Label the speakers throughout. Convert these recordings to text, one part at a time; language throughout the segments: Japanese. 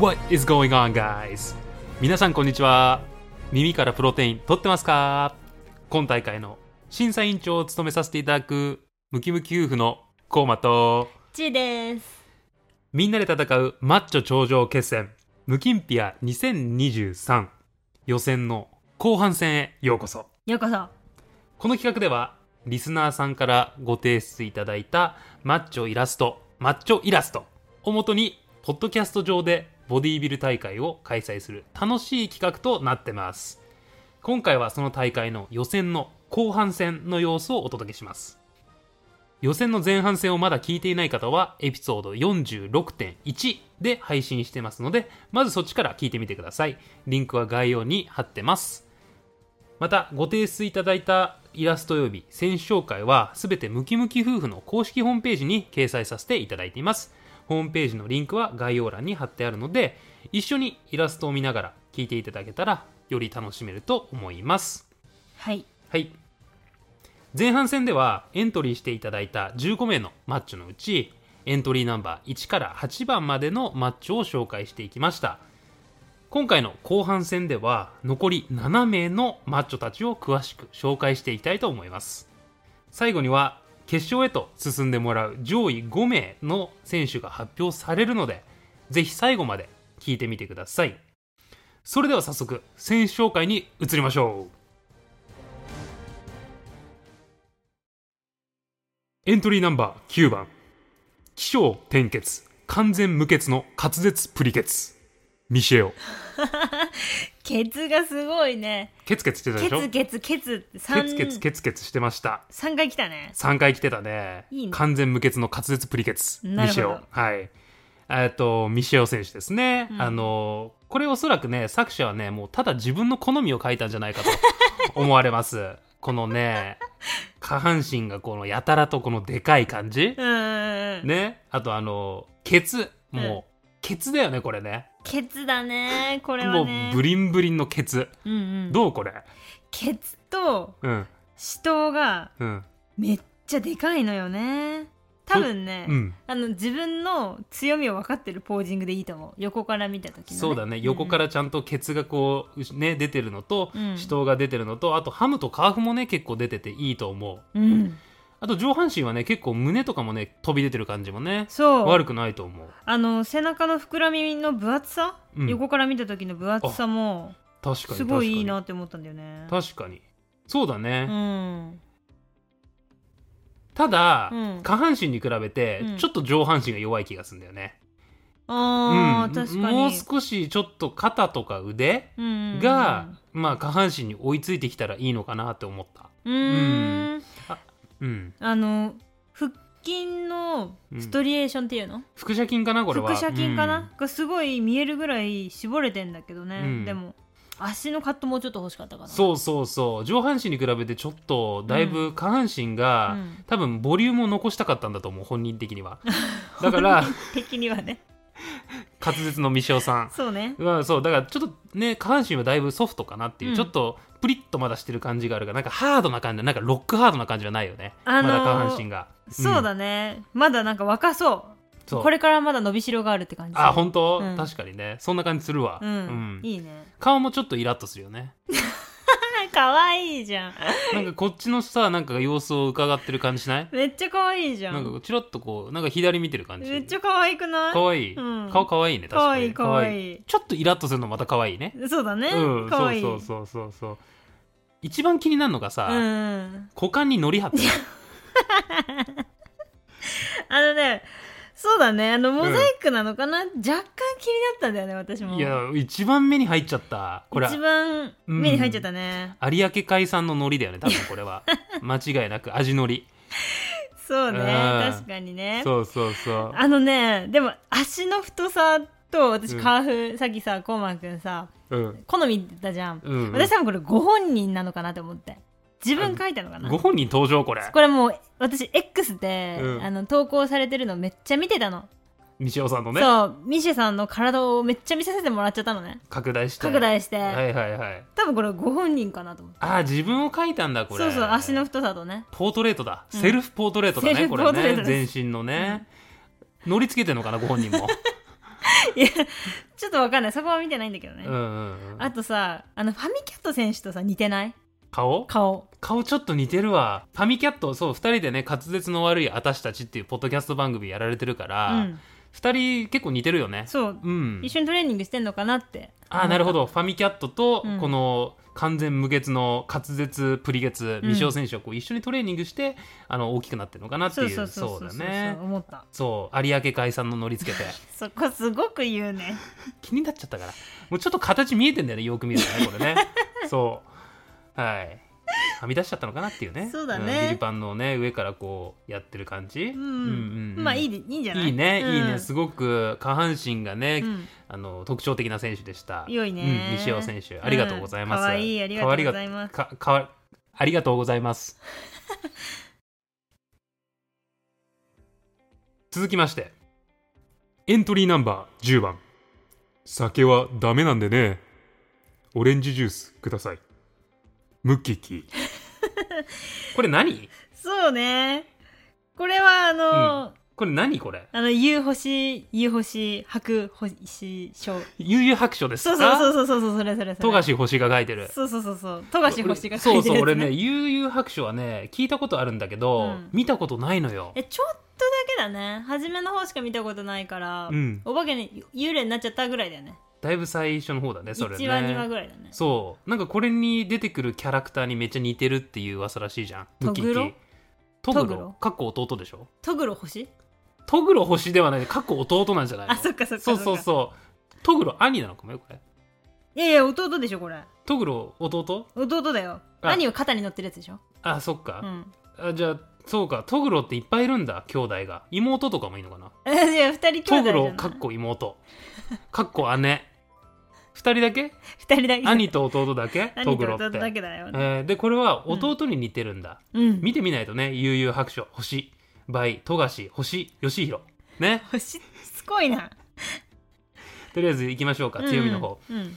Speaker 1: What is going on, guys? 皆さん、こんにちは。耳からプロテイン取ってますか今大会の審査委員長を務めさせていただく、ムキムキ夫婦のコーマと、
Speaker 2: ちーです
Speaker 1: みんなで戦うマッチョ頂上決戦、ムキンピア2023予選の後半戦へようこそ。
Speaker 2: ようこそ
Speaker 1: この企画ではリスナーさんからご提出いただいたマッチョイラストマッチョイラストをもとにポッドキャスト上でボディービル大会を開催する楽しい企画となってます今回はその大会の予選の後半戦の様子をお届けします予選の前半戦をまだ聞いていない方はエピソード46.1で配信してますのでまずそっちから聞いてみてくださいリンクは概要に貼ってますまたご提出いただいたイラスト及び選手紹介はすべてムキムキ夫婦の公式ホームページに掲載させていただいていますホームページのリンクは概要欄に貼ってあるので一緒にイラストを見ながら聞いていただけたらより楽しめると思います
Speaker 2: はい
Speaker 1: はい前半戦ではエントリーしていただいた15名のマッチョのうちエントリーナンバー1から8番までのマッチョを紹介していきました今回の後半戦では残り7名のマッチョたちを詳しく紹介していきたいと思います最後には決勝へと進んでもらう上位5名の選手が発表されるのでぜひ最後まで聞いてみてくださいそれでは早速選手紹介に移りましょうエントリーナンバー9番起承転結完全無欠の滑舌プリケツミシェオ
Speaker 2: ケツがすごいね
Speaker 1: ケツケツしてたで
Speaker 2: ケ
Speaker 1: しょ
Speaker 2: ツケツケツって
Speaker 1: ケツ
Speaker 2: 三
Speaker 1: ケツケツケツしてました
Speaker 2: 三回来たね
Speaker 1: 3回来てたね
Speaker 2: いいね
Speaker 1: 完全無欠の滑舌プリケツ
Speaker 2: な
Speaker 1: ミ
Speaker 2: るほ
Speaker 1: シェ
Speaker 2: ど
Speaker 1: オはいえっとミシェオ選手ですね、
Speaker 2: うん
Speaker 1: あのこれおそらくね作者はねもうただ自分の好みを書いたんじゃないかと 思われますこのね下半身がこのやたらとこのでかい感じ
Speaker 2: う、 ーん
Speaker 1: ねあとあのケツもう、ケツだよねこれね
Speaker 2: ケツだねこれ
Speaker 1: も
Speaker 2: はね
Speaker 1: うブリンブリンのケツ
Speaker 2: うんうん
Speaker 1: どうこれ
Speaker 2: ケツと
Speaker 1: うん
Speaker 2: 死闘が
Speaker 1: うん
Speaker 2: めっちゃでかいのよね多分ね、
Speaker 1: うん
Speaker 2: あの自分の強みを分かってるポージングでいいと思う横から見た時の、ね、、
Speaker 1: そうだね横かららちゃんとケツがこう、うしね、出てるのと、
Speaker 2: うん
Speaker 1: 死闘が出てるのとあとハムとカーフもね結構出てていいと思う
Speaker 2: うん、
Speaker 1: あと上半身はね結構胸とかもね飛び出てる感じもね
Speaker 2: そう
Speaker 1: 悪くないと思う
Speaker 2: あの背中の膨らみの分厚さ、
Speaker 1: うん
Speaker 2: 横から見た時の分厚さも
Speaker 1: 確かに
Speaker 2: すごいいい
Speaker 1: 確
Speaker 2: なって思ったんだよね。
Speaker 1: かに確かにそうだね、
Speaker 2: うん、
Speaker 1: ただ、
Speaker 2: うん
Speaker 1: 下半身に比べて
Speaker 2: うん
Speaker 1: ちょっと上半身が弱い気がするんだよね、
Speaker 2: あー、
Speaker 1: うん
Speaker 2: 確かに
Speaker 1: もう少しちょっと肩とか腕
Speaker 2: うんうんうん
Speaker 1: が、まあ下半身に追いついてきたらいいのかなって思った
Speaker 2: うーん
Speaker 1: うん
Speaker 2: あの腹筋のストリエーションっていうの、
Speaker 1: 腹斜筋かなこれは
Speaker 2: 腹斜筋かな、がすごい見えるぐらい絞れてんだけどね、
Speaker 1: うん
Speaker 2: でも足のカットもうちょっと欲しかったかな
Speaker 1: そうそうそう上半身に比べてちょっとだいぶ下半身が、
Speaker 2: うん
Speaker 1: 多分ボリュームを残したかったんだと思う本人的に はだから
Speaker 2: 本人 的にはね
Speaker 1: 滑舌のみしおさ
Speaker 2: そうね
Speaker 1: んはそうだからちょっとね下半身はだいぶソフトかなっていう、
Speaker 2: うん
Speaker 1: ちょっとプリッとまだしてる感じがあるがなんかハードな感じなんかロックハードな感じはないよね、
Speaker 2: あのー
Speaker 1: まだ下半身が、
Speaker 2: そう
Speaker 1: ね
Speaker 2: だね、まだなんか若そう
Speaker 1: そう
Speaker 2: これからまだ伸びしろがあるって感じ
Speaker 1: あ本当、
Speaker 2: うん
Speaker 1: 確かにねそんな感じするわ、
Speaker 2: うん、
Speaker 1: うん
Speaker 2: いいね
Speaker 1: 顔もちょっとイラッとするよね
Speaker 2: 可愛いいじゃん
Speaker 1: なんかこっちのさなんか様子を伺ってる感じしない
Speaker 2: めっちゃ可愛いじゃ
Speaker 1: なん
Speaker 2: ん
Speaker 1: かチラッとこうなんか左見てる感じ
Speaker 2: めっちゃ可愛くない
Speaker 1: 可愛い、
Speaker 2: うん
Speaker 1: 顔可愛いね確
Speaker 2: 可
Speaker 1: か
Speaker 2: 愛い
Speaker 1: に
Speaker 2: 可愛い
Speaker 1: ちょっとイラッとするのまた可愛いね
Speaker 2: そうだね、
Speaker 1: うん
Speaker 2: 可愛い
Speaker 1: そうそうそうそうそう一番気になるのがさ、
Speaker 2: うん
Speaker 1: 股間にのり貼ってる
Speaker 2: あのねそうだねあのモザイクなのかな、若干気になったんだよね私も
Speaker 1: いや一番目に入っちゃったこれ
Speaker 2: 一番目に入っちゃったね、
Speaker 1: 有明海産ののりだよね多分これ は間違いなく味のり
Speaker 2: そうね
Speaker 1: うん
Speaker 2: 確かにね
Speaker 1: そうそうそう
Speaker 2: あのねでも足の太さと私
Speaker 1: うん
Speaker 2: カーフ、さっきさコーマン君さ
Speaker 1: うん
Speaker 2: 好みって言ったじゃん、
Speaker 1: うんうん
Speaker 2: 私多分これご本人なのかなと思って自分書いたのかな
Speaker 1: ご本人登場これ
Speaker 2: これもう私 X で、
Speaker 1: うん
Speaker 2: あの投稿されてるのめっちゃ見てたの、
Speaker 1: 西尾さんのね
Speaker 2: そうミシェさんの体をめっちゃ見させてもらっちゃったのね
Speaker 1: 拡大して
Speaker 2: 拡大して、
Speaker 1: はいはいはい
Speaker 2: 多分これご本人かなと思って
Speaker 1: あー自分を書いたんだこれ
Speaker 2: そうそう足の太さと ね
Speaker 1: ポートレートだ、
Speaker 2: うん
Speaker 1: セルフポートレートだ
Speaker 2: セ
Speaker 1: ね
Speaker 2: ルフ
Speaker 1: こ
Speaker 2: ポ
Speaker 1: れ
Speaker 2: ートレー
Speaker 1: ね
Speaker 2: トです
Speaker 1: 全身のね、乗りつけてんのかなご本人も
Speaker 2: いやちょっとわかんないそこは見てないんだけどね、
Speaker 1: うんうんうん
Speaker 2: あとさあのファミキャット選手とさ似てない
Speaker 1: 顔
Speaker 2: 顔
Speaker 1: 顔ちょっと似てるわファミキャットそう2人でね「滑舌の悪い私たち」っていうポッドキャスト番組やられてるから、
Speaker 2: うん
Speaker 1: 2人結構似てるよね
Speaker 2: そう、
Speaker 1: うん
Speaker 2: 一緒にトレーニングしてんのかなって
Speaker 1: あーなるほどファミキャットと
Speaker 2: うん
Speaker 1: この完全無欠の滑舌プリゲツ
Speaker 2: うん
Speaker 1: 未勝選手をこう一緒にトレーニングして、あの大きくなってるのかなって
Speaker 2: そう
Speaker 1: いう
Speaker 2: そうそうそう
Speaker 1: だ
Speaker 2: そう
Speaker 1: ね
Speaker 2: 思った
Speaker 1: そう有明海産の乗り付け て
Speaker 2: そこすごく言うね
Speaker 1: 気になっちゃったからもうちょっと形見えてんだよねよく見るとねこれ ねそうはいはみ出しちゃったのかなっていうね
Speaker 2: そうだね
Speaker 1: んビリパンのね上からこうやってる感じ、
Speaker 2: うん、まあいいでいいんじゃない
Speaker 1: いいね、
Speaker 2: うん
Speaker 1: いいねすごく下半身がね、
Speaker 2: うん
Speaker 1: あの特徴的な選手でした。
Speaker 2: 良いね
Speaker 1: うん、西尾選手、ありがとうございます。
Speaker 2: うん可愛いありがとうございます
Speaker 1: かわりがかわありがとうござい ます。続きまして、エントリーナンバー10番。
Speaker 3: 酒はダメなんでねオレンジジュースくださいムッキキ ー
Speaker 1: これ何？
Speaker 2: そうねこれはあの、
Speaker 1: これ何これ？
Speaker 2: あの夕星夕星白星章
Speaker 1: 悠々白書です
Speaker 2: そ
Speaker 1: か？
Speaker 2: うそうそう
Speaker 1: う。
Speaker 2: そうそうそうそれそれそれ
Speaker 1: 富樫星が書いてる。
Speaker 2: そうそうそうそう富樫星が
Speaker 1: そ
Speaker 2: 書
Speaker 1: う
Speaker 2: いて
Speaker 1: そ
Speaker 2: る
Speaker 1: う
Speaker 2: やつ
Speaker 1: 俺ね悠々白書はね聞いたことあるんだけど、
Speaker 2: うん
Speaker 1: 見たことないのよ
Speaker 2: えちょっとだけだね初めの方しか見たことないから、
Speaker 1: うん
Speaker 2: お化けに幽霊になっちゃったぐらいだよね
Speaker 1: だいぶ最初の方だねそれね
Speaker 2: 1話2話ぐらいだね
Speaker 1: そうなんかこれに出てくるキャラクターにめっちゃ似てるっていう噂らしいじゃん
Speaker 2: トグロ
Speaker 1: ムキキトグロ
Speaker 2: トグロ
Speaker 1: かっこ弟でしょ
Speaker 2: トグロ星
Speaker 1: トグロ星ではないかっこ弟なんじゃないの
Speaker 2: あそっかそっか
Speaker 1: そう
Speaker 2: っか
Speaker 1: そうそうトグロ兄なのかもよこれ
Speaker 2: いやいや弟でしょこれ
Speaker 1: トグロ弟
Speaker 2: 弟だよ
Speaker 1: あ
Speaker 2: 兄は肩に乗ってるやつでしょ
Speaker 1: あそっ
Speaker 2: う
Speaker 1: か、
Speaker 2: ん
Speaker 1: あじゃあそうかトグロっていっぱいいるんだ兄弟が妹とかもいいのかな
Speaker 2: えいや二人兄弟 じゃ
Speaker 1: ト
Speaker 2: な
Speaker 1: グ
Speaker 2: い
Speaker 1: ロかっこ妹 かっこ姉二人だけ
Speaker 2: 二人だけ
Speaker 1: 兄と弟だけト
Speaker 2: 兄
Speaker 1: グロ
Speaker 2: と
Speaker 1: って
Speaker 2: 弟だけだよ、
Speaker 1: えーでこれは弟に似てるんだ、
Speaker 2: うん
Speaker 1: 見てみないとね悠々白書星 by 富樫星義弘ね
Speaker 2: 星しつこいな
Speaker 1: とりあえず行きましょうか強みの方、、
Speaker 2: うんうん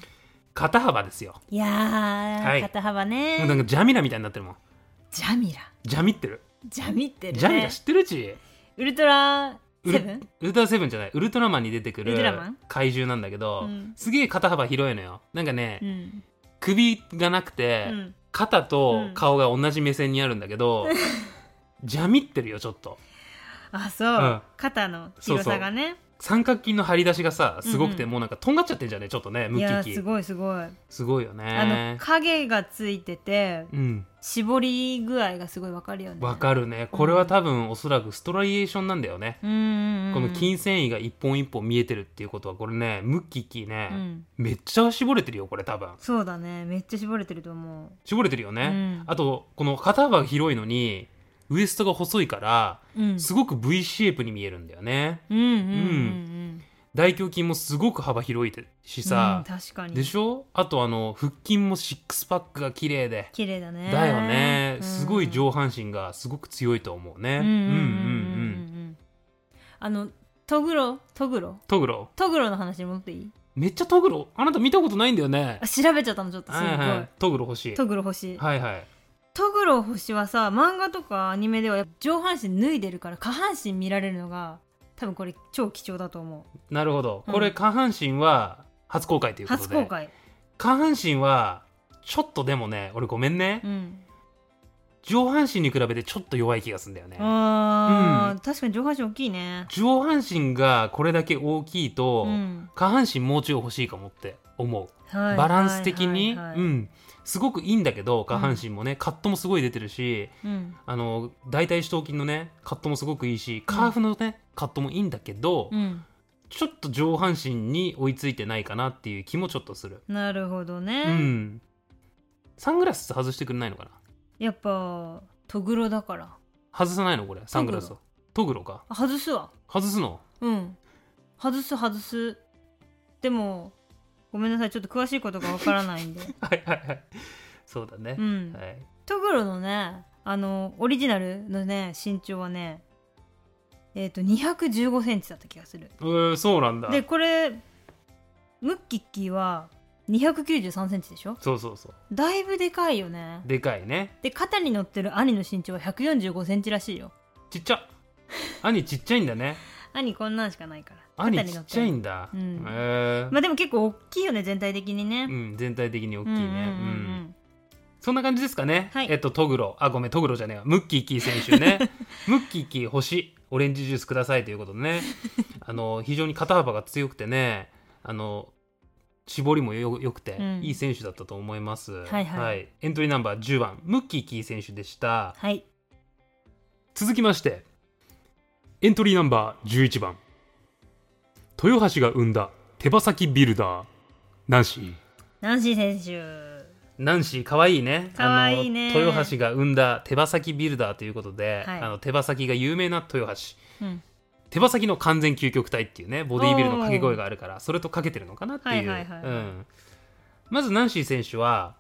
Speaker 1: 肩幅ですよ
Speaker 2: いやー、
Speaker 1: はい
Speaker 2: 肩幅ね
Speaker 1: もうなんかジャミラみたいになってるもん
Speaker 2: ジャミラ
Speaker 1: ジャミってる
Speaker 2: ジャミってる、ね、
Speaker 1: ジャミラ知ってるち
Speaker 2: ウルトラ
Speaker 1: ウ
Speaker 2: セブン
Speaker 1: ルウルトラセブンじゃないウルトラマンに出てく
Speaker 2: ウ
Speaker 1: る
Speaker 2: ルトラマン
Speaker 1: 怪獣なんだけど、
Speaker 2: うん
Speaker 1: すげえ肩幅広いのよなんかね、
Speaker 2: うん、
Speaker 1: 首がなくて、
Speaker 2: うん、
Speaker 1: 肩と顔が同じ目線にあるんだけ ど、ジャミってるよちょっと
Speaker 2: あそう、
Speaker 1: うん
Speaker 2: 肩の広さがね
Speaker 1: 三角筋の張り出しがさすごくて、
Speaker 2: うんうん
Speaker 1: もうなんかとんがっちゃってんじゃねちょっとねム
Speaker 2: い
Speaker 1: キ
Speaker 2: や
Speaker 1: キ
Speaker 2: ーすごいすごい、
Speaker 1: すごいよ
Speaker 2: あ
Speaker 1: ね
Speaker 2: の影がついてて
Speaker 1: うん
Speaker 2: 絞り具合がすごいわかるよね
Speaker 1: わかるねこれは多分おそらくストライエーションなんだよね、
Speaker 2: うんうんうん
Speaker 1: この筋繊維が一本一本見えてるっていうことはこれねムッキッキー
Speaker 2: う
Speaker 1: ね、
Speaker 2: ん
Speaker 1: めっちゃ絞れてるよこれ多分
Speaker 2: そうだねめっちゃ絞れてると思う
Speaker 1: 絞れてるよね、
Speaker 2: うん
Speaker 1: あとこの肩幅が広いのにウエストが細いから
Speaker 2: うん
Speaker 1: すごく V シェイプに見えるんだよね
Speaker 2: うんうんうんうん
Speaker 1: 大胸筋もすごく幅広いし
Speaker 2: うん
Speaker 1: さ、
Speaker 2: 確かに
Speaker 1: でしょあとあの腹筋もシックスパックが綺麗で
Speaker 2: 綺麗だね
Speaker 1: だよね、
Speaker 2: うん
Speaker 1: すごい上半身がすごく強いと思うね、
Speaker 2: うんうんうんうんうんうんあのトグロトグロ
Speaker 1: トグロ
Speaker 2: トグロの話に戻っていい
Speaker 1: めっちゃトグロあなた見たことないんだよね
Speaker 2: あ調べちゃったのちょっとすごい、
Speaker 1: はいはいトグロ欲しい
Speaker 2: トグロ星
Speaker 1: はいはい
Speaker 2: トグロ星はさ漫画とかアニメではやっぱ上半身脱いでるから下半身見られるのが多分これ超貴重だと思う
Speaker 1: なるほど
Speaker 2: うん
Speaker 1: これ下半身は初公開ということ
Speaker 2: 初
Speaker 1: で、
Speaker 2: 公開
Speaker 1: 下半身はちょっとでもね俺ごめんね、
Speaker 2: うん
Speaker 1: 上半身に比べてちょっと弱い気がするんだよね、
Speaker 2: あー、
Speaker 1: うん
Speaker 2: 確かに上半身大きいね
Speaker 1: 上半身がこれだけ大きいと、
Speaker 2: うん
Speaker 1: 下半身もうちょい欲しいかもって思う
Speaker 2: はい
Speaker 1: バランス的に、
Speaker 2: はいはいはい
Speaker 1: うん、すごくいいんだけど下半身もね、カットもすごい出てるし
Speaker 2: うん
Speaker 1: あの大腿四頭筋のねカットもすごくいいしカーフのね、カットもいいんだけど、
Speaker 2: うん
Speaker 1: ちょっと上半身に追いついてないかなっていう気もちょっとする、
Speaker 2: なるほどね、
Speaker 1: うんサングラス外してくれないのかな
Speaker 2: やっぱトグロだから
Speaker 1: 外さないのこれサングラスをトグロか
Speaker 2: あ外すわ
Speaker 1: 外すの
Speaker 2: うん外す外すでもごめんなさいちょっと詳しいことがわからないんで
Speaker 1: はいはいはいそうだね
Speaker 2: う、ん
Speaker 1: はい、
Speaker 2: トグロのねあのオリジナルのね身長はねえっ、と2 1 5ンチだった気がする
Speaker 1: えー、そうなんだ
Speaker 2: でこれムッキッキーは2 9 3ンチでしょ
Speaker 1: そうそうそう
Speaker 2: だいぶでかいよね
Speaker 1: でかいね
Speaker 2: で肩に乗ってる兄の身長は1 4 5ンチらしいよ
Speaker 1: ちっちゃ兄ちっちゃいんだね
Speaker 2: 兄こんなんしかないから
Speaker 1: 兄
Speaker 2: 肩に
Speaker 1: ち
Speaker 2: 乗
Speaker 1: ってちゃいんだ、
Speaker 2: う
Speaker 1: へ
Speaker 2: ん
Speaker 1: え
Speaker 2: まあでも結構大きいよね全体的にね、
Speaker 1: うん、全体的に大きいね、
Speaker 2: うんうんうん
Speaker 1: うんそんな感じですかね、
Speaker 2: はい
Speaker 1: えっとトグロあごめんトグロじゃねえわムッキーキー選手 ねムッキーキー星オレンジジュースくださいということで ねあの非常に肩幅が強くてねあの絞りもよよくて、
Speaker 2: うん
Speaker 1: いい選手だったと思います、
Speaker 2: はいはい
Speaker 1: エントリーナンバー10番ムッキーキー選手でした
Speaker 2: はい
Speaker 1: 続きまして
Speaker 3: エントリーナンバー11番豊橋が生んだ手羽先ビルダーナンシー
Speaker 2: ナンシー選手
Speaker 1: ナンシーかわいいねあの
Speaker 2: 可愛いね
Speaker 1: 豊橋が生んだ手羽先ビルダーということで、
Speaker 2: はい
Speaker 1: あの手羽先が有名な豊橋
Speaker 2: うん
Speaker 1: 手羽先の完全究極体っていうねボディービルの掛け声があるからそれとかけてるのかなっていう、
Speaker 2: はいはいはいはい
Speaker 1: うん、まずナンシー選手は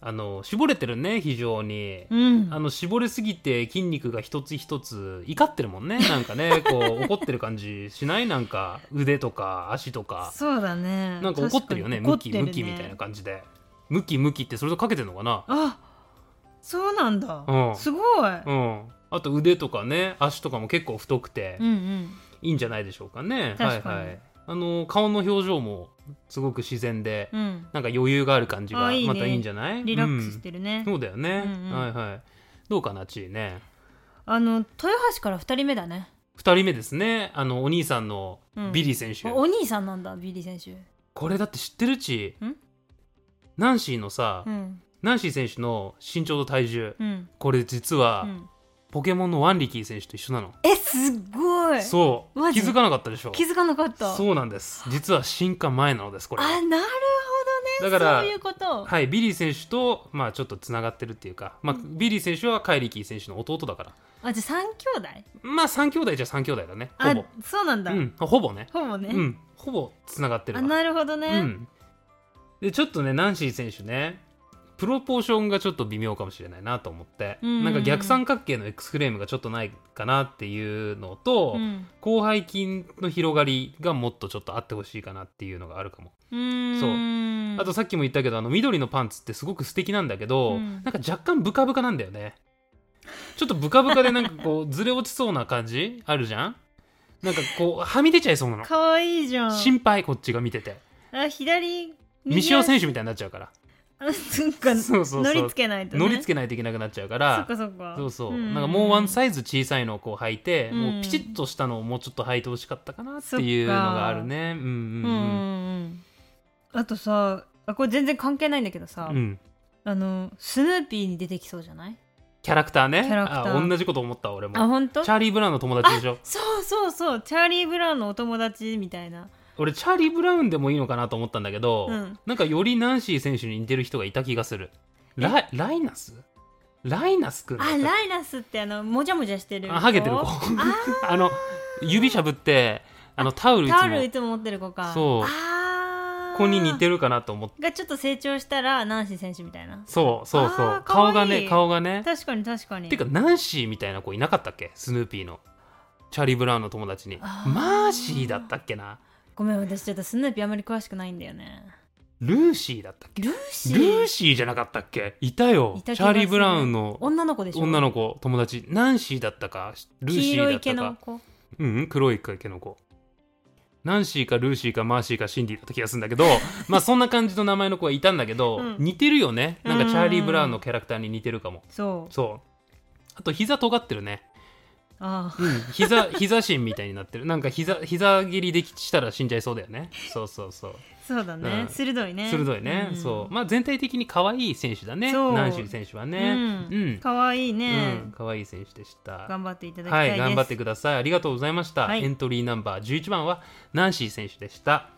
Speaker 1: あの絞れてるね非常に、
Speaker 2: うん
Speaker 1: あの絞れすぎて筋肉が一つ一つ怒ってるもんねなんか ねこう怒ってる感じしないなんか腕とか足とか
Speaker 2: そうだね
Speaker 1: なんか怒ってるよね
Speaker 2: 確
Speaker 1: ム
Speaker 2: かに
Speaker 1: キ
Speaker 2: 怒ってる
Speaker 1: ムキみたいな感じでムキムキってそれとかけてるのかな
Speaker 2: あそうなんだ、
Speaker 1: うん
Speaker 2: すごい、
Speaker 1: うんあと腕とかね足とかも結構太くて、
Speaker 2: うんうん
Speaker 1: いいんじゃないでしょうかね。
Speaker 2: 確かに
Speaker 1: はいはい、あの顔の表情もすごく自然で、
Speaker 2: うん
Speaker 1: なんか余裕がある感じが
Speaker 2: あいいね
Speaker 1: またいいんじゃない
Speaker 2: リラックスしてるね、
Speaker 1: うんそうだよね、
Speaker 2: うんうん
Speaker 1: はいはい。どうかな、ちいね。
Speaker 2: あの豊橋から2人目だね
Speaker 1: 二人目ですね、あのお兄さんの
Speaker 2: うん
Speaker 1: ビリー選手。
Speaker 2: おお兄さんなんだビリー選手
Speaker 1: これだって知ってるち
Speaker 2: ん
Speaker 1: ナンシーのさ、
Speaker 2: うん
Speaker 1: ナンシー選手の身長と体重、
Speaker 2: うん、
Speaker 1: これ実
Speaker 2: う
Speaker 1: は、
Speaker 2: ん、
Speaker 1: ポケモンのワンリキー選手と一緒なの。
Speaker 2: えすごい
Speaker 1: そう、
Speaker 2: マ
Speaker 1: 気
Speaker 2: ジ
Speaker 1: づかなかったでしょ
Speaker 2: 気づかなかった
Speaker 1: そうなんです。実は進化前なのです、これ。
Speaker 2: あなるほどね
Speaker 1: だから
Speaker 2: そういうこと
Speaker 1: はい、ビリー選手と、まあ、ちょっとつながってるっていうか、まあ、ビリー選手はカイリキー選手の弟だから
Speaker 2: あじゃあ3兄弟
Speaker 1: まあ3兄弟じゃ3兄弟だねほ
Speaker 2: あ
Speaker 1: ぼ
Speaker 2: そうなんだ、
Speaker 1: うんほぼね
Speaker 2: ほぼね、
Speaker 1: うんほぼつながってる
Speaker 2: あ
Speaker 1: わ
Speaker 2: なるほどね、
Speaker 1: うんでちょっとねナンシー選手ねプロポーションがちょっと微妙かもしれないなと思って、
Speaker 2: うん
Speaker 1: なんか逆三角形の X フレームがちょっとないかなっていうのと、
Speaker 2: うん
Speaker 1: 広背筋の広がりがもっとちょっとあってほしいかなっていうのがあるかも
Speaker 2: うーん
Speaker 1: そう
Speaker 2: う
Speaker 1: あとさっきも言ったけどあの緑のパンツってすごく素敵なんだけど、
Speaker 2: う
Speaker 1: なん
Speaker 2: ん
Speaker 1: か若干ブカブカなんだよねちょっとブカブカでなんか こうずれ落ちそうな感じあるじゃんなんかこうはみ出ちゃいそうなの
Speaker 2: かわいいじゃん
Speaker 1: 心配こっちが見てて
Speaker 2: あ左右
Speaker 1: 三塩選手みたいになっちゃうから
Speaker 2: あ そっ
Speaker 1: そ
Speaker 2: か
Speaker 1: うそうそう
Speaker 2: 乗りつけないとね
Speaker 1: 乗り付けないといけなくなっちゃうか
Speaker 2: そっ
Speaker 1: ら
Speaker 2: かそっか
Speaker 1: そうそう、
Speaker 2: ん
Speaker 1: なんかもうワンサイズ小さいのをこう履いて、
Speaker 2: うん
Speaker 1: もうピチッとしたのをもうちょっと履いてほしかったかなっていうのがあるねうん
Speaker 2: う
Speaker 1: うんん
Speaker 2: うん
Speaker 1: うん
Speaker 2: うんあとさあこれ全然関係ないんだけどさ、
Speaker 1: うん
Speaker 2: あのスヌーピーに出てきそうじゃない
Speaker 1: キャラクターね
Speaker 2: キャラクター
Speaker 1: あ同じこと思った俺
Speaker 2: あ
Speaker 1: も
Speaker 2: 本当
Speaker 1: チャーリー・ブラウンの友達でし ょ
Speaker 2: そうそうそうチャーリー・ブラウンのお友達みたいな
Speaker 1: 俺チャーリー・ブラウンでもいいのかなと思ったんだけど、
Speaker 2: うん
Speaker 1: なんかよりナンシー選手に似てる人がいた気がするラライナスライナスくんだっ
Speaker 2: あ
Speaker 1: た
Speaker 2: ライナスってあのもじゃもじゃしてる
Speaker 1: あハゲてる子 あの指しゃぶってあのタオルいつも
Speaker 2: タオルいつも持ってる子か
Speaker 1: そう
Speaker 2: あー
Speaker 1: 子に似てるかなと思って
Speaker 2: がちょっと成長したらナンシー選手みたいな
Speaker 1: そうそうそ
Speaker 2: あー
Speaker 1: う
Speaker 2: かわ
Speaker 1: 顔
Speaker 2: いい
Speaker 1: がね顔がね
Speaker 2: 確かに確かに
Speaker 1: てかナンシーみたいな子いなかったっけスヌーピーのチャーリー・ブラウンの友達に
Speaker 2: あー
Speaker 1: マーシーだったっけな
Speaker 2: ごめん私ちょっとスヌーピーあまり詳しくないんだよね
Speaker 1: ルーシーだったっけ
Speaker 2: ルーシ
Speaker 1: ル
Speaker 2: ー
Speaker 1: ーシーじゃなかったっけいたよ
Speaker 2: いた気が
Speaker 1: チ
Speaker 2: する
Speaker 1: ャーリー・ブラウンの
Speaker 2: 女の子でしょ
Speaker 1: 女の子友達ナンシーだったかルー
Speaker 2: 黄
Speaker 1: シー
Speaker 2: 色
Speaker 1: だ
Speaker 2: い
Speaker 1: った
Speaker 2: 毛の
Speaker 1: か
Speaker 2: 子
Speaker 1: うん、うん、黒い毛の子ナンシーかルーシーかマーシーかシンディだった気がするんだけど まあそんな感じの名前の子はいたんだけど、
Speaker 2: うん
Speaker 1: 似てるよねなんか
Speaker 2: うん
Speaker 1: チャーリー・ブラウンのキャラクターに似てるかも
Speaker 2: そう
Speaker 1: そうあと膝尖ってるね
Speaker 2: あ
Speaker 1: うん膝膝芯みたいになってるなんか膝膝切りできしたら死んじゃいそうだよねそうそうそう
Speaker 2: あそうだね、
Speaker 1: うん
Speaker 2: 鋭いね
Speaker 1: 鋭いね、そうまあ全体的に可愛い選手だね
Speaker 2: そう
Speaker 1: ナンシー選手は
Speaker 2: う
Speaker 1: ね
Speaker 2: ん、
Speaker 1: うん
Speaker 2: かわいいね、
Speaker 1: うん、可愛い選手でした
Speaker 2: 頑張っていただきた
Speaker 1: はい
Speaker 2: で
Speaker 1: い、
Speaker 2: す、
Speaker 1: 頑張ってください。ありがとうございました。
Speaker 2: はい
Speaker 1: エントリーナンバー11番はナンシー選手でした。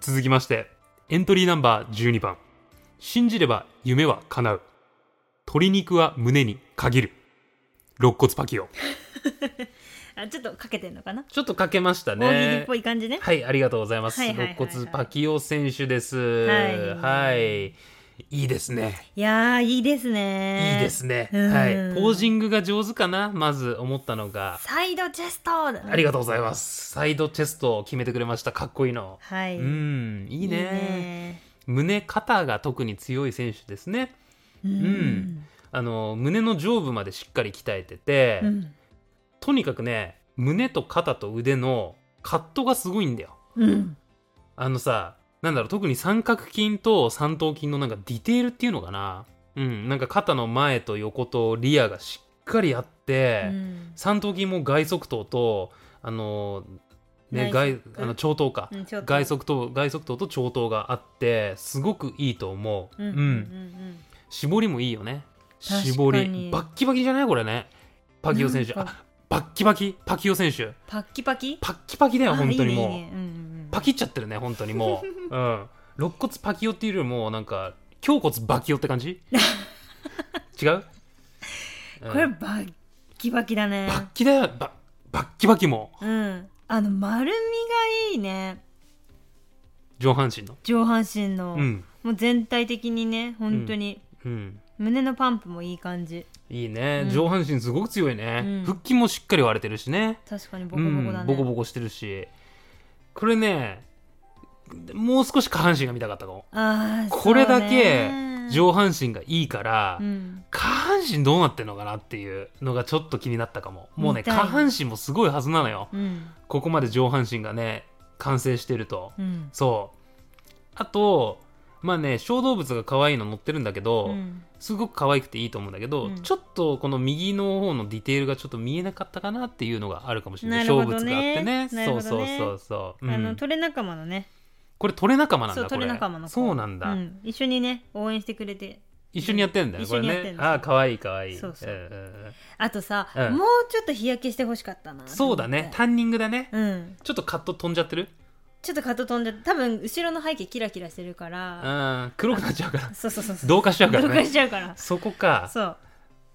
Speaker 3: 続きましてエントリーナンバー12番
Speaker 1: 信じれば
Speaker 3: 夢は叶う鶏肉は胸に限る肋骨パキオ
Speaker 2: あちょっとかけてんのかな、
Speaker 1: ちょっとかけました
Speaker 2: 大喜利っ
Speaker 1: ね
Speaker 2: ぽ。い感じね
Speaker 1: はい、ありがとうございます。
Speaker 2: はい
Speaker 1: 肋、
Speaker 2: はいはいはい
Speaker 1: 骨パキオ選手です。
Speaker 2: はい
Speaker 1: はいいいですね。
Speaker 2: いやーいいですね
Speaker 1: いいですね。
Speaker 2: うん
Speaker 1: はい。ポージングが上手かな、まず思ったのが。
Speaker 2: サイドチェストだね
Speaker 1: ありがとうございます。サイドチェストを決めてくれました。かっこいいの。
Speaker 2: は
Speaker 1: う
Speaker 2: い
Speaker 1: ん、い
Speaker 2: い
Speaker 1: いね。胸、肩が特に強い選手ですね。
Speaker 2: いね
Speaker 1: んあの胸の上部までしっかり鍛えてて、
Speaker 2: うん
Speaker 1: とにかくね胸と肩と腕のカットがすごいんだよ
Speaker 2: うん
Speaker 1: あのさなんだろう特に三角筋と三頭筋のなんかディテールっていうのかなうんなんか肩の前と横とリアがしっかりあって、
Speaker 2: うん
Speaker 1: 三頭筋も外側頭とあのね
Speaker 2: 内
Speaker 1: 外
Speaker 2: 側
Speaker 1: あの長頭か、
Speaker 2: うんちょっと
Speaker 1: 外側頭外側頭と長頭があってすごくいいと思う
Speaker 2: うんうん
Speaker 1: 絞りもいいよね
Speaker 2: 確かに
Speaker 1: 絞りバッキバキじゃないこれねパキオ選手
Speaker 2: なん
Speaker 1: あ
Speaker 2: か
Speaker 1: バッキバキパキオ選手
Speaker 2: パッキパキ
Speaker 1: パッキパキだよ
Speaker 2: あ
Speaker 1: 本当にもう
Speaker 2: いいねいいねうんうんうん
Speaker 1: パキっちゃってるね本当にもう うん肋骨パキオっていうよりもなんか胸骨バキオって感 じ違う、うん
Speaker 2: これバッキバキだね
Speaker 1: バッキだよババッキバキも
Speaker 2: うんあの丸みがいいね
Speaker 1: 上半身の
Speaker 2: 上半身の、
Speaker 1: うん
Speaker 2: もう全体的にね本当に、
Speaker 1: うん
Speaker 2: 胸のパンプもいい感じ
Speaker 1: いいね、
Speaker 2: うん
Speaker 1: 上半身すごく強いね、
Speaker 2: うん
Speaker 1: 腹筋もしっかり割れてるしね
Speaker 2: 確かにボコボコだ
Speaker 1: う
Speaker 2: ね、
Speaker 1: ん、ボコボコしてるしこれねもう少し下半身が見たかったかも
Speaker 2: あー
Speaker 1: これだけ
Speaker 2: そうね
Speaker 1: 上半身がいいから、
Speaker 2: うん
Speaker 1: 下半身どうなってんのかなっていうのがちょっと気になったかももうね
Speaker 2: 見た
Speaker 1: 下
Speaker 2: い
Speaker 1: 半身もすごいはずなのよ
Speaker 2: うん
Speaker 1: ここまで上半身がね完成してると、
Speaker 2: うん
Speaker 1: そうあとまあね小動物が可愛いの乗ってるんだけど、
Speaker 2: うん
Speaker 1: すごく可愛くていいと思うんだけど、
Speaker 2: うん
Speaker 1: ちょっとこの右の方のディテールがちょっと見えなかったかなっていうのがあるかもしれない
Speaker 2: なるほ
Speaker 1: 物
Speaker 2: ど
Speaker 1: があってね
Speaker 2: ねな
Speaker 1: そ
Speaker 2: る
Speaker 1: う
Speaker 2: ほ
Speaker 1: そ
Speaker 2: ど
Speaker 1: う
Speaker 2: ね
Speaker 1: そうそう、うん
Speaker 2: あのトレ仲間のね
Speaker 1: これトレ仲間なんだ
Speaker 2: そう
Speaker 1: こ
Speaker 2: ト
Speaker 1: れ
Speaker 2: レ仲間の子
Speaker 1: そうなんだ、
Speaker 2: うん一緒にね応援してくれて
Speaker 1: 一緒にやってんだよね
Speaker 2: 一
Speaker 1: こ
Speaker 2: 緒
Speaker 1: れ
Speaker 2: にやって
Speaker 1: ね
Speaker 2: んの
Speaker 1: ああ可愛い可愛い
Speaker 2: そうそうん
Speaker 1: んうん
Speaker 2: あとさ、
Speaker 1: うん
Speaker 2: もうちょっと日焼けしてほしかったな
Speaker 1: そうだねタンニングだね、
Speaker 2: うん
Speaker 1: ちょっとカット飛んじゃってる
Speaker 2: ちょっとカット飛んじゃって多分後ろの背景キラキラしてるから
Speaker 1: うん黒くなっちゃうから
Speaker 2: そうそうそうそう
Speaker 1: 同化しちゃうから
Speaker 2: 同化し
Speaker 1: ね
Speaker 2: ちゃうから
Speaker 1: そこか
Speaker 2: そう